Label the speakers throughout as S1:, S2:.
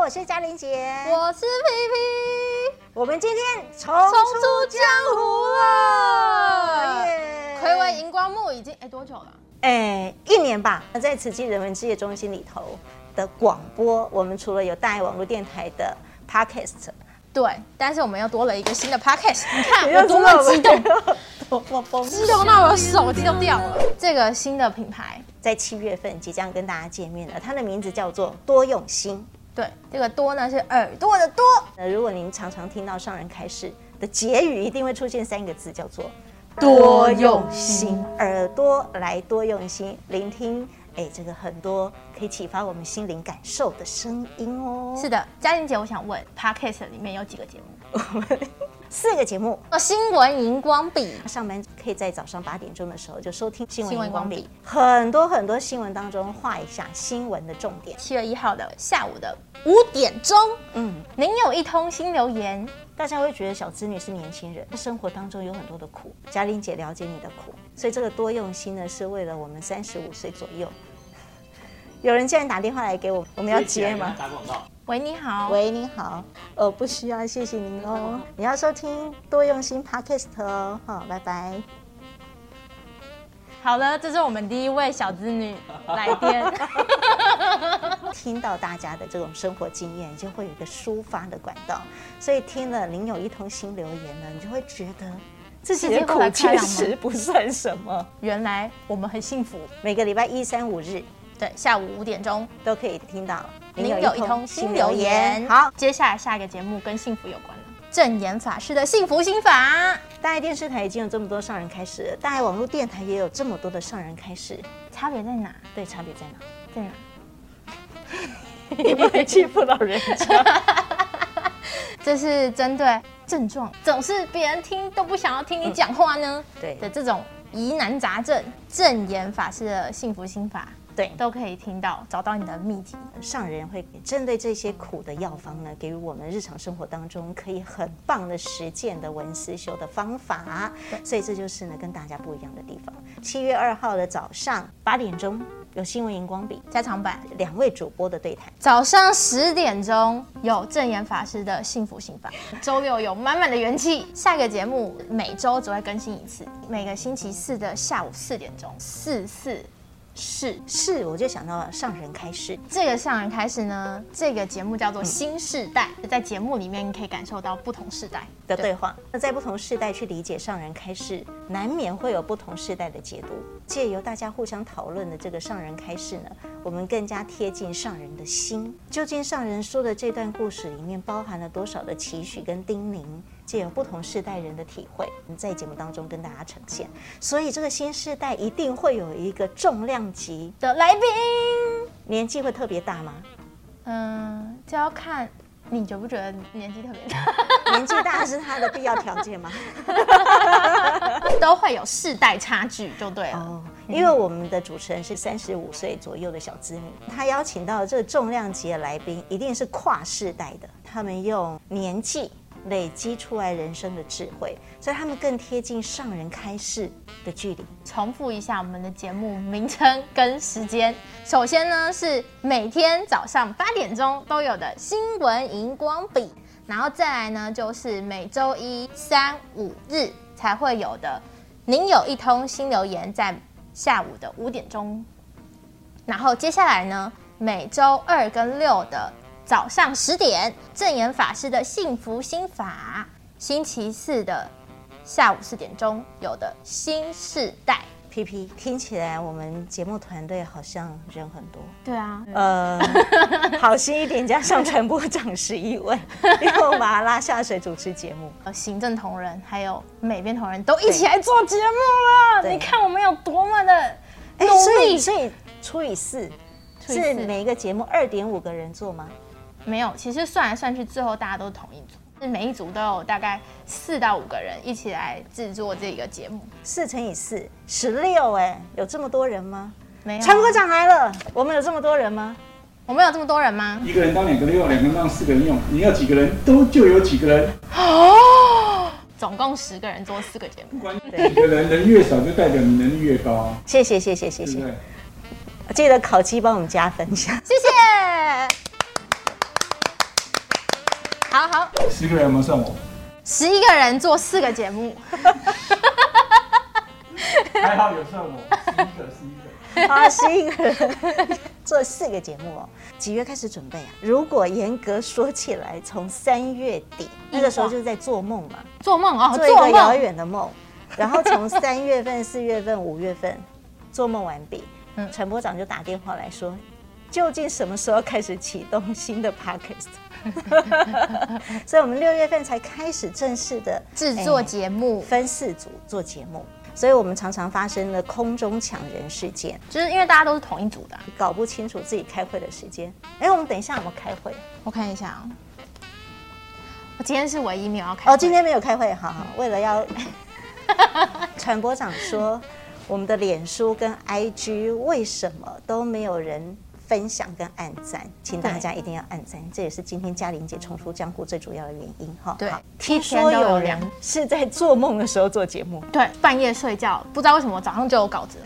S1: 我是嘉玲姐，
S2: 我是皮皮，
S1: 我们今天重
S2: 重出江湖了。
S1: 耶
S2: 暌违荧光幕已经哎多久了？
S1: 哎，一年吧。那在慈济人文置业中心里头的广播，我们除了有大爱网络电台的 podcast，
S2: 对，但是我们又多了一个新的 podcast，你 看
S1: 你
S2: 我
S1: 就
S2: 多
S1: 知
S2: 么
S1: 道我
S2: 激动，，
S1: 多么崩
S2: 激动到我的手机都掉了。这个新的品牌，
S1: 在七月份即将跟大家见面了，它的名字叫做多用心。
S2: 对，这个多呢是耳朵的多，
S1: 那如果您常常听到上人开示的结语，一定会出现三个字，叫做
S2: 多用心，
S1: 耳朵来多用心聆听。哎，这个很多可以启发我们心灵感受的声音哦。
S2: 是的，嘉玲姐，我想问 podcast 里面有几个节目？
S1: 我们 四个节目，
S2: 哦，新闻荧光笔，
S1: 上班可以在早上八点钟的时候就收听新闻
S2: 新闻
S1: 荧光
S2: 光
S1: 笔，很多很多新闻当中画一下新闻的重点。
S2: 七月一号的下午的五点钟，
S1: 嗯，
S2: 您有一通新留言，
S1: 大家会觉得小资女是年轻人，生活当中有很多的苦，嘉玲姐了解你的苦，所以这个多用心呢，是为了我们三十五岁左右。有人竟然打电话来给我，我们要接吗？
S3: 打广告，
S2: 喂，你好，
S1: 喂，你好，呃，不需要，谢谢您哦。你要收听多用心 Podcast 哦，好，拜拜。
S2: 好了，这是我们第一位小子女来电，
S1: 听到大家的这种生活经验，就会有一个抒发的管道，所以听了您有一通新留言呢，你就会觉得自己的
S2: 世界后
S1: 苦
S2: 来开
S1: 确
S2: 朗吗
S1: 实 不算什么。
S2: 原来我们很幸福。
S1: 每个礼拜一、三、五日
S2: 对，下午五点钟，
S1: 都可以听到
S2: 您有一通新留言。
S1: 好，，
S2: 接下来下一个节目跟幸福有关了，正言法师的幸福心法，
S1: 大爱电视台已经有这么多上人开始了，大爱网络电台也有这么多的上人开始，
S2: 差别在哪？
S1: 对，差别在哪？
S2: 在哪？
S1: 你不能欺负老人家。
S2: 这是针对症状，总是别人听都不想要听你讲话呢、
S1: 对
S2: 的这种疑难杂症，正言法师的幸福心法
S1: 对，
S2: 都可以听到，找到你的秘籍。
S1: 上人会针对这些苦的药方呢，给予我们日常生活当中可以很棒的实践的文思修的方法。所以这就是呢跟大家不一样的地方。七月二号的早上八点钟有新闻荧光笔，
S2: 加长版，
S1: 两位主播的对谈。
S2: 早上十点钟有正言法师的幸福心法，周六有满满的元气。下一个节目每周只会更新一次，每个星期四的下午四点钟，四四四。
S1: 是，我就想到上人开示，
S2: 这个上人开始呢，这个节目叫
S1: 嗯
S2: 做新世代，在节目里面你可以感受到不同世代
S1: 的对话。那在不同世代去理解上人开示，难免会有不同世代的解读。借由大家互相讨论的这个上人开示呢，我们更加贴近上人的心。究竟上人说的这段故事里面包含了多少的期许跟叮咛？借由不同世代人的体会，在节目当中跟大家呈现。所以这个新世代一定会有一个重量级，
S2: 的来宾。
S1: 年纪会特别大吗？
S2: 嗯，这要看你觉不觉得年纪特别大，
S1: 年纪大是他的必要条件吗？
S2: 都会有世代差距就对了。
S1: 哦，因为我们的主持人是三十五岁左右的小资女，她邀请到这个重量级的来宾，一定是跨世代的，他们用年纪累积出来人生的智慧，所以他们更贴近上人开示的距离。
S2: 重复一下我们的节目名称跟时间。首先呢是每天早上八点钟都有的新闻荧光笔，然后再来呢就是每周一、三、五日才会有的。您有一通新留言在下午的五点钟，然后接下来呢每周二跟六的早上十点，正言法师的幸福心法，星期四的下午四点钟有的新世代。
S1: P P 听起来我们节目团队好像人很多，
S2: 对啊，
S1: 呃， 好心一点加上传播长十一 位，因为我把他拉下水主持节目。
S2: 呃，行政同仁还有美编同仁都一起来做节目了。
S1: 对
S2: 你看我们有多么的
S1: 哎，
S2: 努
S1: 所以
S2: 力。
S1: 所以除以四
S2: 除以
S1: 是
S2: 四
S1: 每一个节目二点五个人做吗？
S2: 没有，其实算来算去，最后大家都是同一组，是每一组都有大概四到五个人一起来制作这个节目。
S1: 四乘以四，十六哎，有这么多人吗？
S2: 没有啊
S1: 陈科长来了，我们有这么多人吗？
S2: 我们有这么多人吗？
S3: 一个人当两个人用，两个人当四个人用，你要几个人都就有几个人，
S2: 哦，总共十个人做四个节目。
S3: 不管几个人人越少，就代表你能力越高啊，
S1: 谢谢谢谢谢
S3: 对不
S1: 谢，
S3: 对？
S1: 记得烤鸡帮我们加分一下。
S2: 谢谢。好好，
S3: 十个人有没有算我？
S2: 十一个人做四个节目，
S3: 还好有算我，十一个，十一个。
S1: 啊，十一个人做四个节目哦。几月开始准备啊？如果严格说起来，从三月底那个时候就是在做梦嘛，
S2: 做梦哦，
S1: 做一个
S2: 做
S1: 遥
S2: 梦，
S1: 远的梦，然后 从三月份、四月份、五月份做梦完毕，
S2: 嗯
S1: 传播长就打电话来说，究竟什么时候开始启动新的 podcast？所以我们六月份才开始正式的
S2: 制作
S1: 哎
S2: 节目，
S1: 分四组做节目，所以我们常常发生了空中抢人事件，
S2: 就是因为大家都是同一组的啊、
S1: 搞不清楚自己开会的时间。哎，我们等一下有没有开会？
S2: 我看一下啊、我今天是唯一没有要开
S1: 哦，
S2: 会
S1: 今天没有开会，好好，为了要 传播长说，我们的脸书跟 IG 为什么都没有人分享跟按赞？请大家一定要按赞，这也是今天嘉玲姐重出江湖最主要的原因哈。
S2: 对
S1: 好
S2: 一
S1: 听
S2: 天
S1: 说
S2: 都有
S1: 有
S2: 两
S1: 人是在做梦的时候做节目，
S2: 对半夜睡觉，不知道为什么早上就有稿 子。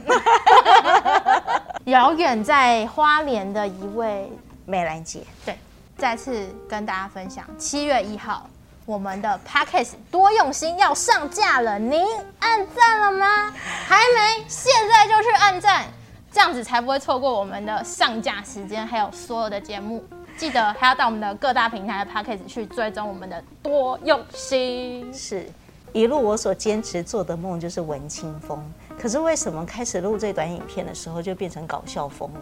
S2: 遥远在花莲的一位
S1: 美兰姐，
S2: 对，再次跟大家分享，七月一号我们的 Podcast 多用心要上架了，您按赞了吗？还没，现在就去按赞，这样子才不会错过我们的上架时间，还有所有的节目。记得还要到我们的各大平台的 Podcast 去追踪我们的多用心。
S1: 是一路我所坚持做的梦就是文青风，可是为什么开始录这短影片的时候就变成搞笑风呢？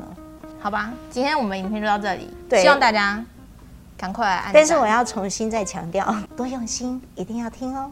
S2: 好吧，今天我们影片就到这里，
S1: 对
S2: 希望大家赶快按赞。
S1: 但是我要重新再强调，多用心，一定要听哦。